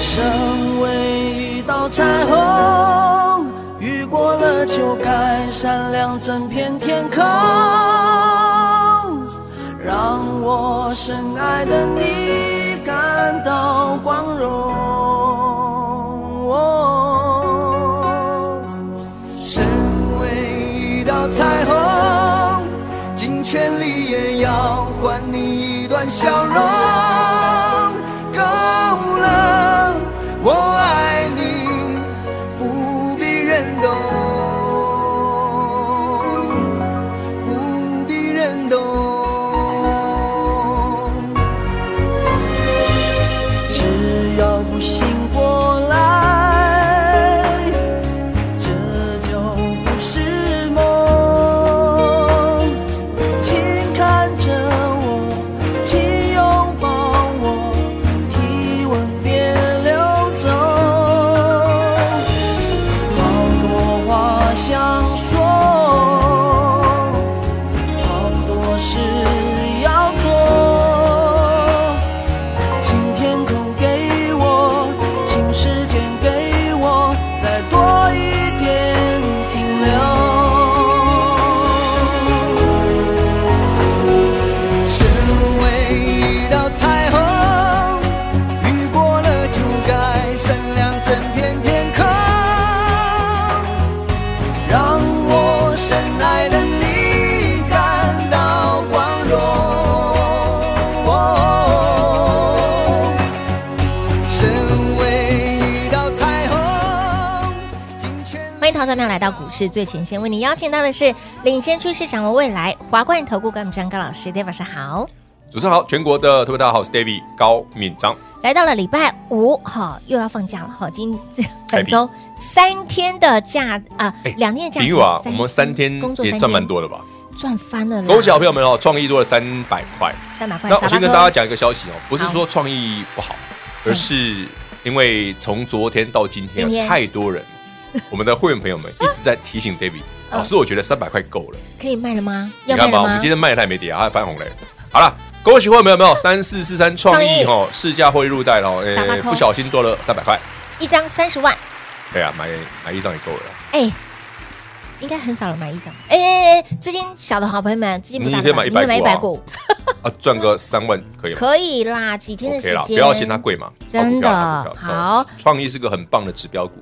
身为一道彩虹，雨过了就该闪亮整片天空。让我深爱的你感到光荣。哦身为一道彩虹，尽全力也要还你一段笑容。够了，我爱你，不必忍懂，不必忍懂。只要不醒过来。这就不是梦，请看着我，请拥抱我，体温别溜走。好多话想说，好多事要做。请天空给我，请时间给我，再多一点停留。身为一道彩虹，雨过了就该闪亮整片天空。让我深爱的你感到光荣。哦身为一道彩虹，尽全力欢迎投资朋友来到股市最前线，为你邀请到的是领先趋势、掌握未来华冠投顾高敏章高老师，大家晚上好。主持人好，全国的特别大家好，我是 David 高敏章。来到了礼拜五，哈、又要放假了，哈，今这本周三天的假啊哎，两、天的假比期喻三，啊，我们三天工作也三赚天蛮多的吧？赚翻了啦，恭喜好朋友们哦，创意多了三百块。三百块。那傻我八先跟哥大家讲一个消息哦，不是好嗯说创意不好，而是因为从昨天到今天今天啊，太 多人，我们的会员朋友们一直在提醒 David 嗯老师，我觉得三百块够了。可以卖了吗？你要卖看吧，了我吗们今？天卖它也没跌啊，它还翻红嘞。好了，恭喜会员朋友们哦，三四四三创创意意哦，市价获利入袋了哦，傻八呃扣不小心多了三百块。一张三十万，对啊，买买一张也够了。哎、应该很少人买一张。哎哎哎，资金小的好朋友们，资金不大的，你可以买你可以买一100百股股，啊，赚个三万可以吗可以啦，几天的时？OK 啦，不间，要嫌它贵嘛，真的好股票好，创意是个很棒的指标股，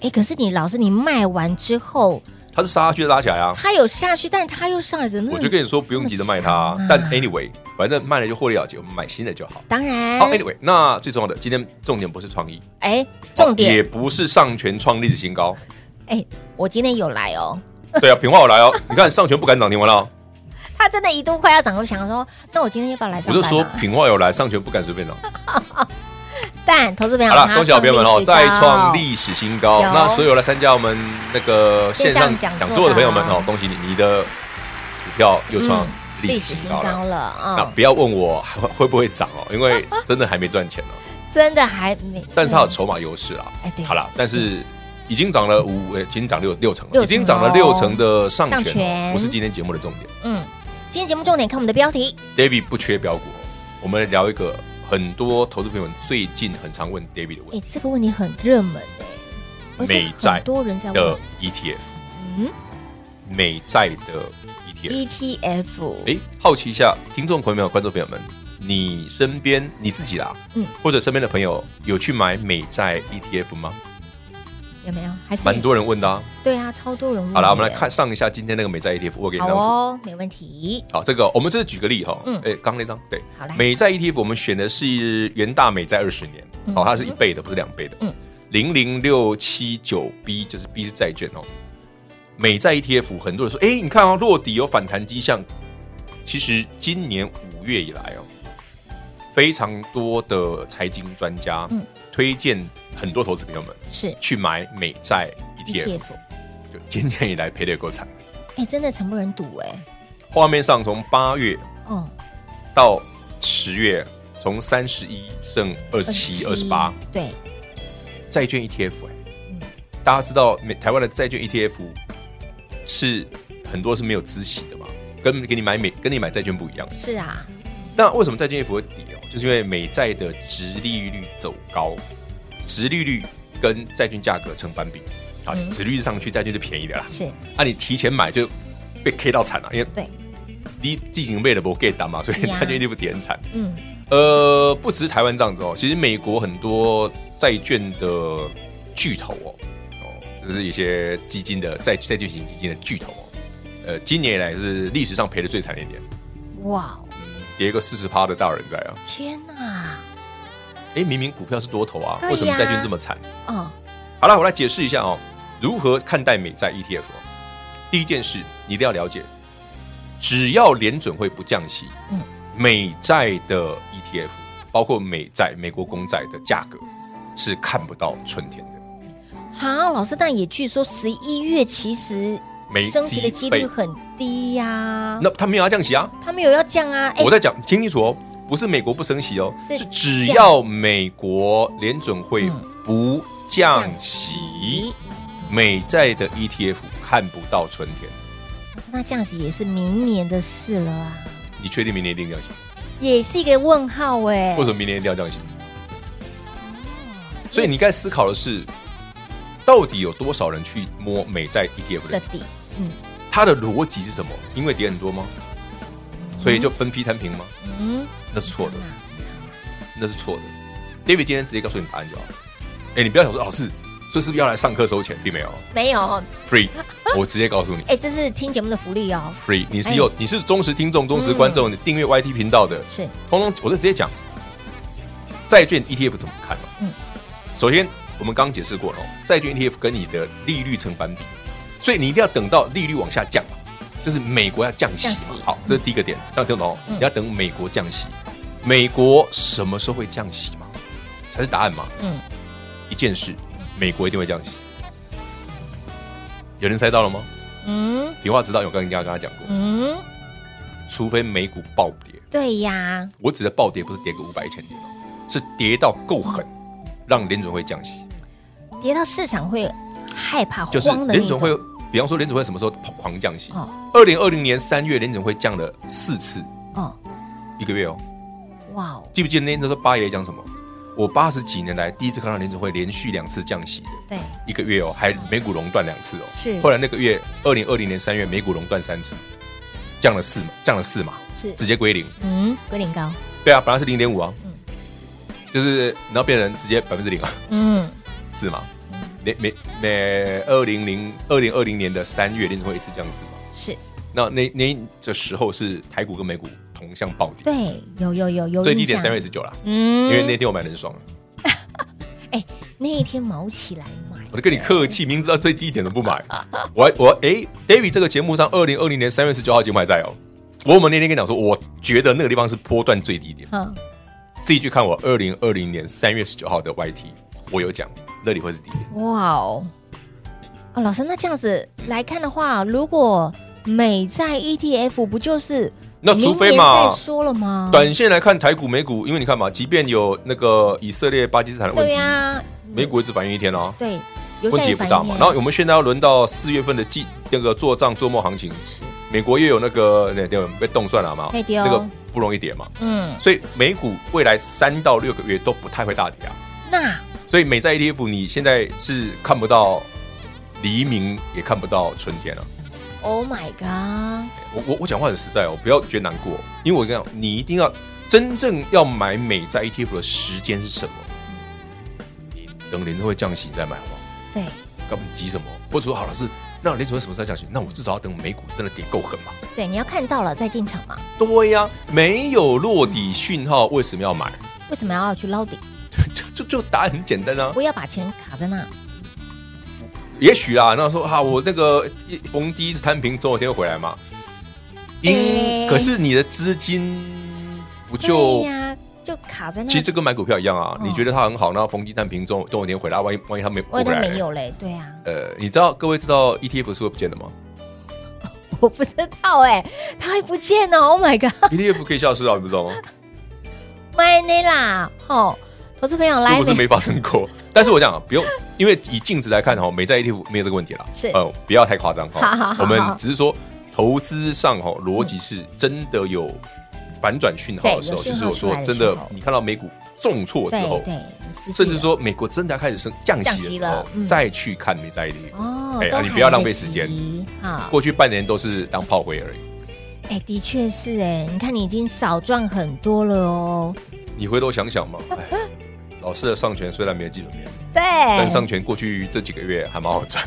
哎、可是你老师，你卖完之后，它是杀下去拉起来啊。它有下去，但它又上来，怎么？我就跟你说，不用急着卖它啊这么，但强啊 anyway，反正卖了就获利了结，我们买新的就好。当然，好，anyway，那最重要的，今天重点不是创意，哎、重哦也点，不是上权创历史新高。哎、我今天有来哦，对啊，平话我来哦，你看上权不敢涨停完了，哦它真的一度快要涨，我想说，那我今天要不要来 我上班、就啊？说平话有来，上权不敢随便涨。但投资朋友，好了，它恭喜好朋友们哦，创历再史高创历史新高。有那所有来参加我们那个线上线上讲座的啊讲座的朋友们哦，恭喜你，你的股票又创嗯历历史史新新高高了。嗯了那啊、不要问我还会不会涨哦，因为真的还没赚钱哦。真的还没，但是它有嗯筹码优势啦哎对。好啦，但是已经涨了五，呃已经涨六六成六成了，已经涨了六成的上上权权哦，不是今天节目的重点。嗯，今天节目重点看我们的标题， David 不缺标股哦，我们聊一个很多投资朋友们最近很常问 David 的哎、问题这个问题很热门哎、而且美债很多人在问的 ETF。嗯 E 美债的 E ETF。 ETF，哎，好奇一下，听众朋友们、观众朋友们，你身边你自己啦，嗯或者身边的朋友有去买美债 ETF 吗？有没有？还是蛮多人问的、啊。对啊，超多人问。好了，我们来，看上一下今天那个美债 ETF，我给你一好张图。哦，没问题。好，这个我们这是举个例哈，嗯嗯，哎，刚那张对 E 好来，美债 ETF 我们选的是元大美债二十年，嗯好，它是一倍的，不是两倍的，嗯嗯，零零六七九 B，就是 B 是债券哦。美债 ETF，很多人说，哎、你看哦，落底有反弹迹象。其实今年五月以来哦，非常多的财经专家嗯推荐很多投资朋友们是去买美债 ETF， ETF，就今年以来赔的够惨。哎，真的惨不忍睹哎，画面上从八月哦，到十月，从三十一剩二十七、二十八， 27，对，债券 ETF 哎、嗯大家知道美台湾的债券 ETF 是很多是没有孳息的嘛，跟给你买美跟你买债券不一样。是啊，那为什么债券 ETF 会跌哦？就是因为美债的值利率走高，值利率跟债券价格成反比啊，嗯值利率上去，债券就便宜的啦。是，啊，你提前买就被 K 到惨了，因为对，你进行被的不 get 嘛，所以是啊债券 E ETF 跌很惨。嗯，呃，不只是台湾这样子哦，其实美国很多债券的巨头哦，哦，就是一些基金的债债券型基金的巨头哦，呃，今年以来是历史上赔的最惨的一年，哇哦，跌个四十趴的大人在啊，天哪，诶，明明股票是多头啊，对呀为什么债券这么惨？哦，好了，我来解释一下哦，如何看待美债 ETF 哦、第一件事，你一定要了解，只要联准会不降息，嗯美债的 ETF，包括美债、美国公债的价格是看不到春天的。嗯好，老师，但也据说十一月其实没升息的机几率会很低呀，那他没有要降息啊，他们有要降啊，哎我，在讲听清楚哦，不是美国不升息哦，是嗯是只要美国联准会不降息，美债的 ETF 看不到春天。老师，那降息也是明年的事了啊，你确定明年一定降息？也是一个问号哎，为什么明年一定要降息？所以你该思考的是，到底有多少人去摸美债 ETF 的的？底，嗯它的逻辑是什么？因为跌很多吗？所以就分批摊平吗？嗯，那是错的，那是错的。David 今天直接告诉你答案就好了。哎，你不要想说老师，所以是不是要来上课收钱？并没有没有， ，free，我直接告诉你哎，这是听节目的福利哦， ，free。你是有你是忠实听众、忠实观众，你订阅 YT 频道的，是，通通我就直接讲债券 ETF 怎么看哦。嗯首先我们刚刚解释过了哦，债券 ETF 跟你的利率成反比，所以你一定要等到利率往下降嘛，就是美国要降息嘛。降息好，这是第一个点，这样听懂哦？嗯你要等美国降息，美国什么时候会降息嘛？才是答案嘛？嗯，一件事，美国一定会降息。有人猜到了吗？嗯平话指导有跟人家跟他讲过，嗯，除非美股暴跌，对呀，我指的暴跌不是跌个五百一千点哦，是跌到够狠，让联准会降息。跌到市场会害怕就是慌的那联种准，会，比方说联准会什么时候狂降息哦？二零二零年三月联准会降了四次，哦，一个月哦。哇哦，记不记得那那时候八爷讲什么？我八十几年来第一次看到联准会连续两次降息的，对，一个月哦，还美股熔断两次哦。是后来那个月，二零二零年三月美股熔断三次，降了四嘛，降了四嘛，是直接归零。嗯，龟苓膏，对啊，本来是零点五啊嗯，就是然后变成直接百分之零啊。嗯，是吗？每每每二零零二零二零年的三月联储会一次降息嘛？是那那那这时候是台股跟美股同向暴跌，对，有有有有最低点印象三月十九啦。嗯，因为那天我买人爽，啊哎那一天毛起来买，我就跟你客气，明知道最低点都不买。我还我哎、d a v i d 这个节目上二零二零年三月十九号节目还在哦。我我们那天跟你讲说，我觉得那个地方是波段最低点，嗯，自己去看我二零二零年三月十九号的 YT，我有讲那里会是低点。哇哦，哦，老师，那这样子来看的话，如果美债 ETF 不就是那除非嘛明年再说了吗？短线来看，台股、美股，因为你看嘛，即便有那个以色列、巴基斯坦的问对题，呀、美股一直反映一天哦，对，油问价题也也不反大应嘛啊。然后我们现在要轮到四月份的季那个做账做梦行情，美国又有那个哎那那被动算了嘛，嘿对哦那个不容易跌嘛，嗯，所以美股未来三到六个月都不太会大跌啊。那所以美债 ETF 你现在是看不到黎明，也看不到春天了、 Oh my God，我我我讲话很实在哦，不要觉得难过，因为我跟你讲，你一定要真正要买美债 ETF 的时间是什么？你等联储会降息再买好不好？对，根本急什么？我只说好了是，那联储会什么时候降息？那我至少要等美股真的跌够狠嘛？对，你要看到了再进场嘛？对呀、没有落底讯号，为什么要买？ 为什么要去捞底？就就就答案很简单啊。不要把钱卡在那，也许啊，那时候啊，我那个一逢低一次摊平，总有一天会回来嘛。因、诶可是你的资金不对就、呀，就卡在那。其实这跟买股票一样啊，嗯你觉得它很好，那逢低摊平，总有总有一天回来，万一万一它没我回都来，没有嘞，对啊，呃，你知道各位知道 ETF 是会不见的吗 我不知道哎，它会不见哦，Oh my god， ？ETF 可以消失啊，你不知道吗？买你啦，吼，投资朋友 又来不是美没发生过。 但是我讲啊不用，因为以净值来看哈，美债 ETF 没有这个问题啦。是呃，不要太夸张好好好哈。嗯我们只是说投资上哈，逻辑是真的有反转讯号的时候，对就有是讯号我出说来的真时的候，你看到美股重挫之对后，对，失去甚至了说美国真的要开始升降降息息的时候了嗯，再去看美债 ETF。哦，哎都啊你还不要来浪得费时间及好，过去半年都是当炮灰而已，哎，的确是哎，你看你已经少赚很多了哦，你回头想 想嘛，哎，老师的上权虽然没有基本面，对，但上权过去这几个月还蛮好赚。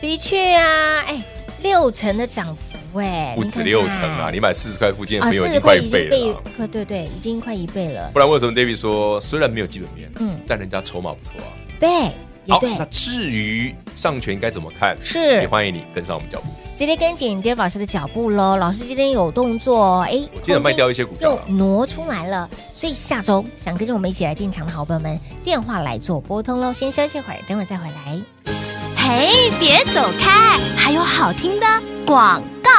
的确啊，哎，六成的涨幅哎，不你止看六看成啊！你买四十块附近的啊，朋友四十已经块快已一经倍了啊、快对对，已经快一倍了，不然为什么 David 说虽然没有基本面，嗯但人家筹码不错啊？对，也好，对那，至于上权该怎么看，也是欢迎你跟上我们脚步。直接跟紧 Dave 老师的脚步喽。老师今天有动作哦，哎，我记得卖掉一些啊股票又了，挪出来了，所以下周想跟着我们一起来进场的好朋友们，电话来做拨通喽。先休息会儿，等会儿再回来。嘿，别走开，还有好听的广告。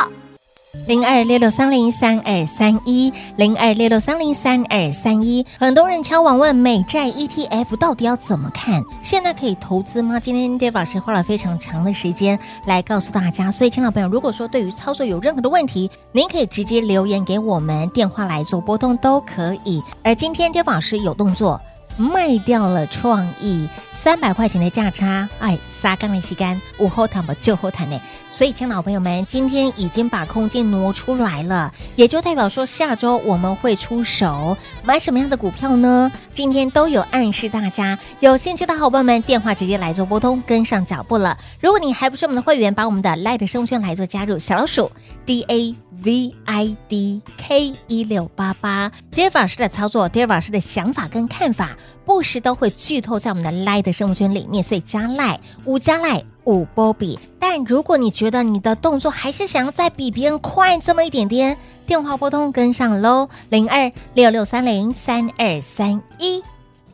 零二六六三零三二三一，零二六六三零三二三一。很多人敲网问美债 ETF 到底要怎么看？现在可以投资吗？今天 Dave 老师花了非常长的时间来告诉大家。所以，亲老朋友，如果说对于操作有任何的问题，您可以直接留言给我们，电话来做拨通都可以。而今天 Dave 老师有动作。卖掉了创意三百块钱的价差，哎，撒干了吸干，午后谈吧，就后谈呢。所以，亲老朋友们，今天已经把空间挪出来了，也就代表说下周我们会出手买什么样的股票呢？今天都有暗示大家，有兴趣的好伙伴们，电话直接来做拨通，跟上脚步了。如果你还不是我们的会员，把我们的 Light 生圈来做加入，小老鼠 D A V I D K 一六八八 d a v 老师的操作 d a v 老师的想法跟看法，不时都会剧透在我们的 Light 生活圈里面，所以加赖五加赖五波比。但如果你觉得你的动作还是想要再比别人快这么一点点，电话拨通跟上喽，零二六六三零三二三一。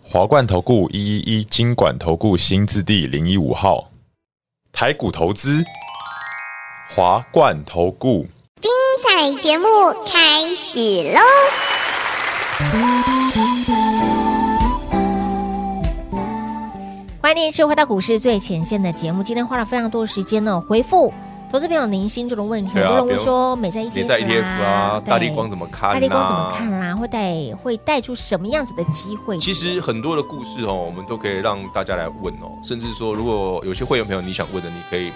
华冠投顾一一一金管投顾新字第零一五号，台股投资，华冠投顾。彩节目开始喽！欢迎收回到股市最前线的节目。今天花了非常多时间呢，回复投资朋友您心中的问题。对很啊多人问说，美债 ETF 别在 ETF 啊，对大力光怎么看、啊？大力光怎么看啦、会带会带出什么样子的机会？其实很多的故事哦，我们都可以让大家来问哦，甚至说，如果有些会员朋友你想问的，你可以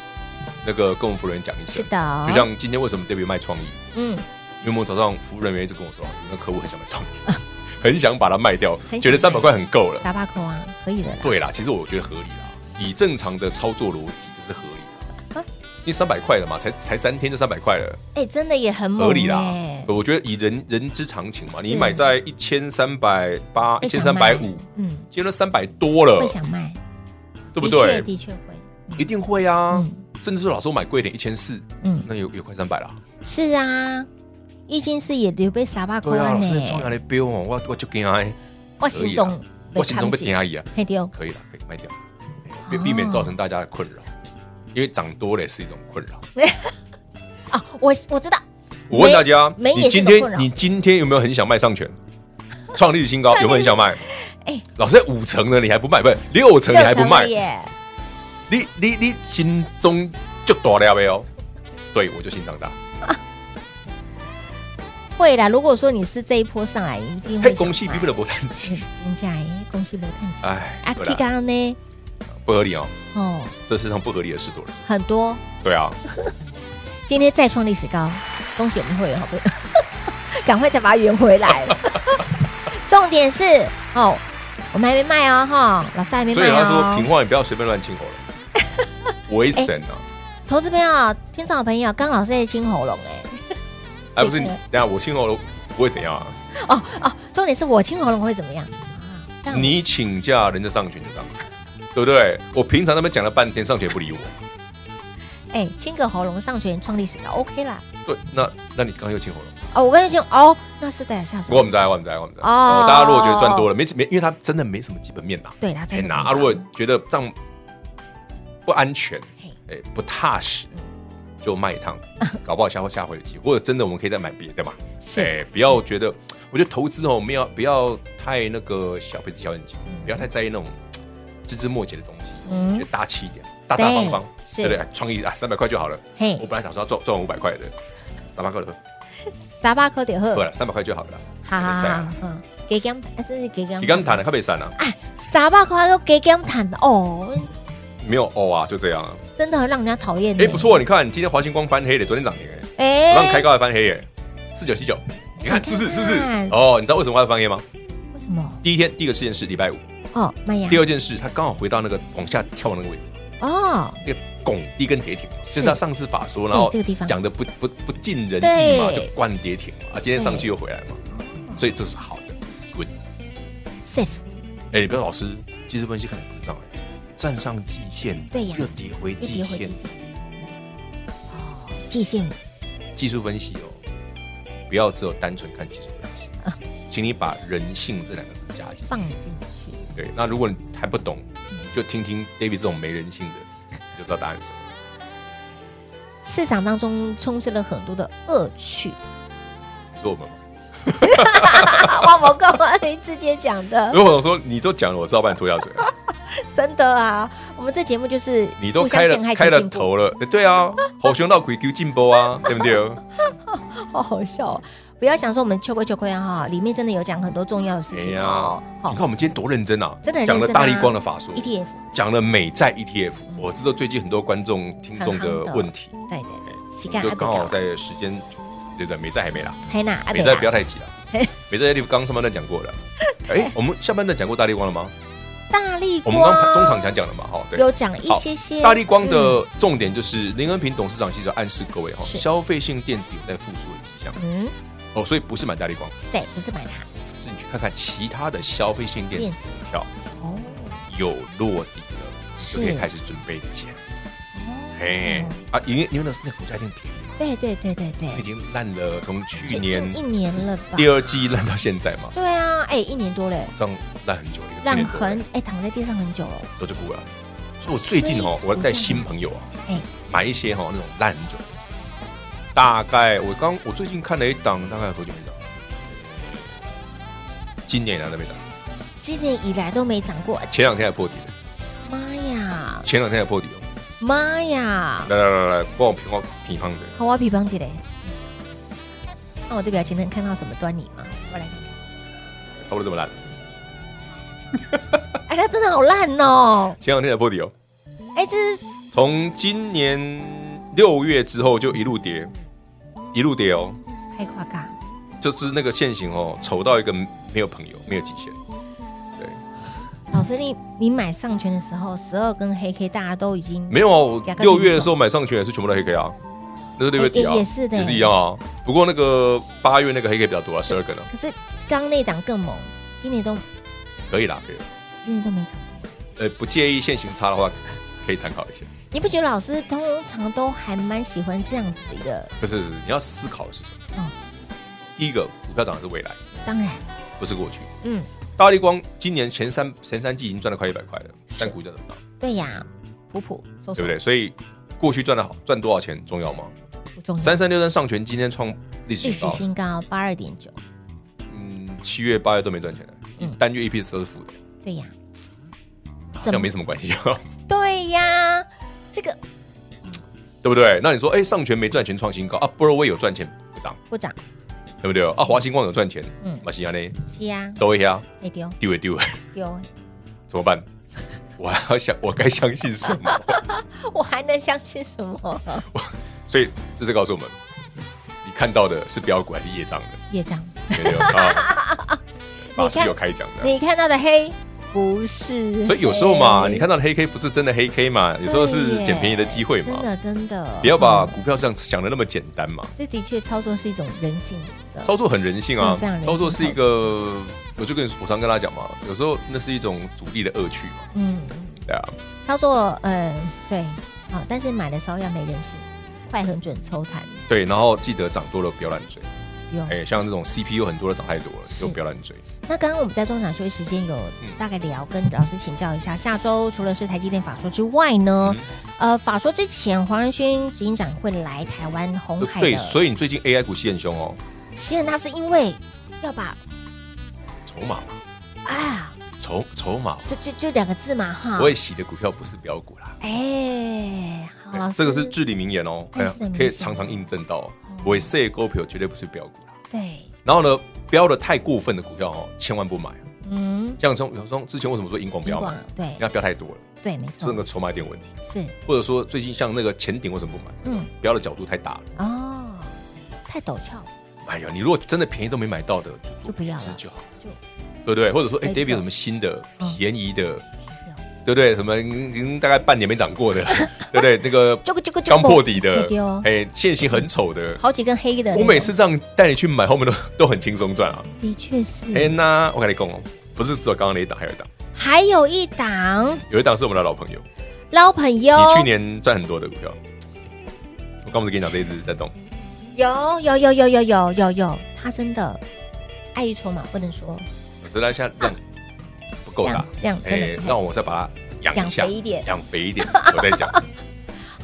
那个跟我们服务人员讲一是声。的，就像今天为什么 David 卖创意，嗯，因为我们早上服务人员一直跟我说，啊那客户很想买创意， 很想把它卖掉很想，觉得三百块很够了。撒巴扣啊，可以的啦。对啦，其实我觉得合理啦，以正常的操作逻辑，这是合理啊的。因为三百块了嘛，才才三天就三百块了，哎，真的也很猛、欸，合理啦。我觉得以人人之常情嘛，你是买在一千三百八、一会千想三卖百五，嗯，今天都三百多了会，想卖，呃对不的确对？的确会，一定会啊嗯，甚至说老师我买贵一点，一千四，嗯，那有有快三百啦。是啊，一千四也留被撒巴扣对啊，老师创呢，下来标哦，我我就惊哎，我心中我心中被惊啊，哦阿姨啊，嘿对哦 可以了，可以卖掉，避避免造成大家的困扰，因为涨多了也是一种困扰。啊，我我知道，我问大家，没没你也是今个困扰天你今天有没有很想卖上权？创历史新高，有没有很想卖？ 哎老师五成呢，你还不卖？不是六成你还不卖？耶，你你你心中就大了没有？对，我就心脏大。会啦。如果说你是这一波上来，一定嘿，会恭喜比想不买得博叹气，嗯 真假耶，恭喜没探钱。哎，啊对，K 啦刚呢？不合理哦，哦，这世上不合理的事多了。很多。对啊，今天再创历史高，恭喜我们会员好朋友， 赶快再把它圆回 来。重点是哦，我们还没卖哦，哈，老师还没所以卖他说哦平。话你不要随便乱亲口了， 危险啊！投资朋友、听众朋友，刚刚老师在清喉咙哎，哎，不是，这你个等一下我亲口了不会怎样啊？哦哦，重点是我清喉咙会怎么样？啊但我你请假，人家上群就上，对不对？我平常他们讲了半天，上群也不理我。哎，清个喉咙上拳创历史高，OK 啦。对，那那你刚刚又请喉咙，哦，我跟你讲，哦，那是带下我们在，我们在，我们在。哦哦，大家如果觉得赚多了，没没，因为他真的没什么基本面啦，对啦，哎真的拿。啊如果觉得这样不安全，嘿嗯哎，不踏实，就卖一 趟，搞不好下回下回有机会，或者真的我们可以再买别的嘛。是哎，不要觉得，我觉得投资哦，我们要不要太那个小鼻子小眼睛，不要太在意那种枝枝末节的东西，嗯觉得大气一点，大大方方，是嗯对不对？创意啊，三百块就好了。嘿我本来打算要赚赚五百块的，三百块的，沙巴科点喝对，了，三百块就好了啦。嗯好好没事好啊，嗯，给姜谈，哎这是给姜你刚谈了，咖啡散啊，沙巴科都给姜谈哦，没有哦啊，就这样啊。真的很让人家讨厌。哎，不，错，你看今天华星光翻黑的，昨天涨停哎，哎，早上开高还翻黑耶，四九七九，你看是不是是不是？嗯哦，你知道为什么它会翻黑吗？为什么？第一天第一个事件是礼拜五，哦，麦芽第，二件事它刚好回到那个往下跳的那个位置。哦，那个拱第一根跌停，就是是他上次法说，哎然后这个地方讲的不不不尽人意嘛，对就灌跌停嘛，啊，今天上去又回来嘛，所以这是好的，good。哦 safe，哎，你不要老师技术分析看的不是这样哎，站上季线，对呀又跌回又季跌回线界，限。哦，界限技术分析哦，不要只有单纯看技术分析，啊请你把人性这两个字加进去。放进去，对，那如果你还不懂，就听听 David 这种没人性的， 你就知道答案是什么。市场当中充斥了很多的恶 趣，你说我们吗？哇，啊我干嘛你直接讲的？ 如果我说你都讲了，我知道把你拖下水了。 真的啊，我们这节目就是你都互相开陷害求了开了进步头了，欸对啊，好熊闹鬼 Q 进波啊， 对不对？好好笑、哦。不要想说我们秋归秋归啊哈，里面真的有讲很多重要的事哎情呀哦。，E 你看我们今天多认真啊，真的很认真啊嗯讲了大力光的法术 ETF，讲了美债 ETF，我知道最近很多观众听众的问题，对对对，膝我盖阿们就比刚好较，在时间，对对，美债还没啦，黑娜阿美比债不较，要太急了， 美债 ETF 刚上半段讲过了，哎，我们下半段讲过大力光了吗？大力我光们刚中场讲讲了嘛，哈，对。有讲一些些大力光的重点就是林恩平董事长其实暗示各位哈，是消费性电子有在复苏的迹象嗯，嗯，哦，所以不是买大力光。对，不是买它是你去看看其他的消费性电子股票哦，有落底了，是嗯就可以开始准备减。嘿，啊，因为因为那是那股价一定便宜，哦对对对对对已，经烂了，从去已经年一年了吧？第二季烂到现在嘛，对啊，哎，一年多嘞，这样烂很久了，一让年多了很哎躺在地上很久了，都就估了。所以我最近哦，所以我带新朋友啊哎，买一些哈那种烂很久的，大概我刚我最近看了一档，大概有多久没涨？今年以来都没涨，今年以来都没涨过，前两天还破底了，妈呀，前两天还破底哦。妈呀！来来来来，帮我评我评判的。好，我皮帮姐嘞。那我的表情能看到什么端倪吗？我来看差不多这么烂。看。哎，它真的好烂哦！前两天的破底哦，哎，这是从今年六月之后就一路跌，一路跌哦，太夸张。就是那个线型哦，丑到一个没有朋友，没有极限。对，老师，你你买上权的时候，十二根黑 K 大家都已经没有哦雅。各六月的时候买上去也是全部都黑 K 啊，那是六月底啊，哎也也是的也是一样啊。不过那个八月那个黑 K 比较多啊，十二根啊，可是刚那档更猛，今年都可以啦，可以啦。今年都没涨。呃，不介意线型差的话，可以参考一下。你不觉得老师通常都还蛮喜欢这样子的一个？不是，不是你要思考的是什么？嗯第一个，股票涨的是未来，当然，不是过去。嗯，大力光今年前三前三季已经赚了快一百块了，但股价怎么涨？对呀，普普收对不对？所以过去赚的好，赚多少钱重要吗？不重要三。三六三上权今天创历嗯史历新史高，新高八二点九，嗯，七月八月都没赚钱的，嗯单月 EPS 都是负的，对呀，好怎像么没什么关系，呵呵对呀，这个对不对？那你说，哎，上权没赚钱创新高啊，Broadway 有赚钱不涨，不涨对不对？啊，华星光有赚钱，嗯嗯，马西亚呢，是呀，都一下没丢丢一丢的，丢。 怎么办？我还要想，我该相信什么？ 我还能相信什么？所以这是告诉我们，你看到的是标股还是业障的？ 业障，没有啊，法师有开讲的。你看到的黑，不是。所以有时候嘛，嘿你看到的黑 K 不是真的黑 K 嘛，有时候是捡便宜的机会嘛真。的真的，不要把嗯股票市场想的那么简单嘛，这的确操作是一种人性的操作很人性啊对非常人，性操作是一个，我就跟我常跟大家讲嘛，有时候那是一种主力的恶趣嘛，嗯，对啊，操作嗯对，好，但是买的时候要没人性，快很准抽惨对，然后记得涨多了不要乱追，丢。哎，像这种 CPU 很多的涨太多了，嗯是就不要乱追，那刚刚我们在中场休息时间有嗯大概聊，跟老师请教一下，下周除了是台积电法说之外呢，嗯呃，法说之前黄仁勋执行长会来台湾红海对，的，所以你最近 AI 股吸很凶哦，吸引他是因为要把筹码嘛，啊，筹筹码嘛，就就就两个字嘛哈，我也洗的股票不是标股啦，哎，好，哎老师这个是至理名言哦，哎哎呀是的，可没以哦错常常印证到，哦我也股票绝对不是标股啦，对，然后呢，标的太过分的股票哦，千万不买。嗯，像从从之前为什么说银广不要买广？对因为它标太多了，对，没是那错，个筹码有点问题，是，或者说最近像那个前顶为什么不买？嗯，标的角度太大了。哦，太陡峭了，哎呀，你如果真的便宜都没买到的，就就不要了吃就好了，就对不对？或者说，哎没错，David 有什么新的嗯便宜的，没丢，对不对？什么已经大概半年没 涨过的，对不对？那个这个这个这个刚破底的没丢，哎，现形很丑的。好几根黑的那种，我每次这样带你去买，后面都都很轻松赚啊。的确是，哎，那我跟你讲哦，不是只有刚刚那一档，还有一档，还有一档有一档是我们的老朋友。捞朋友，你去年赚很多的股票，我刚不是跟你讲这一只在动，有有有有有有有有，他真的碍于筹码不能说可是它现在量不够大量，量真的不太让哎我再把它养一下，养肥一点养肥一点， 我再讲。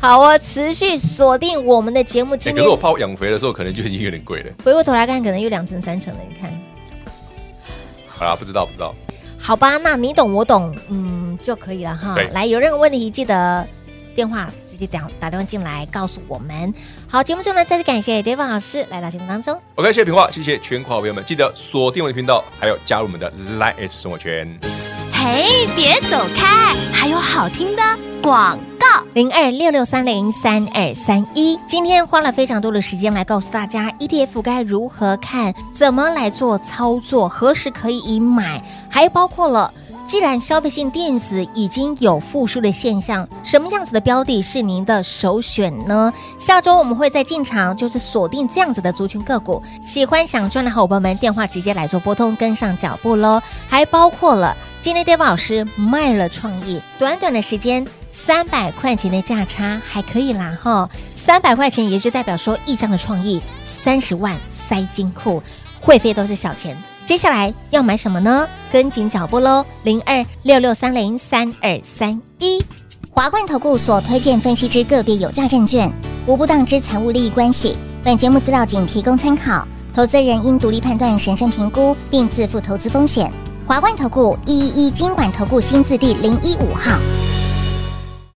好哦，持续锁定我们的节目。哎今可天是我怕我养肥的时候，可能就已经有点贵 了。回过头来看，可能有两成三成了。你看，好啦，不知道不知道，好吧，那你懂我懂，嗯就可以了哈对。来，有任何问题记得电话直接打打电话进来告诉我们。好，节目中呢再次感谢 David 老师来到节目当中。我感谢平话，谢谢全国好朋友们，记得锁定我的频道，还有加入我们的 Line H 生活圈。嘿，别走开，还有好听的广告。零二六六三零三二三一。今天花了非常多的时间来告诉大家 ETF 该如何看，怎么来做操作，何时可以买，还包括了。既然消费性电子已经有复苏的现象，什么样子的标的是您的首选呢？下周我们会再进场，就是锁定这样子的族群个股。喜欢想赚的好伙伴们，电话直接来做拨通，跟上脚步喽。还包括了今天 Dave 老师卖了创意，短短的时间三百块钱的价差还可以啦哈，三百块钱也就代表说一张的创意三十万塞金库，会费都是小钱。接下来要买什么呢？跟紧脚步喽，零二六六三零三二三一。华冠投顾所推荐分析之个别有价证券，无不当之财务利益关系。本节目资料仅提供参考，投资人应独立判断、审慎评估，并自负投资风险。华冠投顾一一一金管投顾新字第零一五号。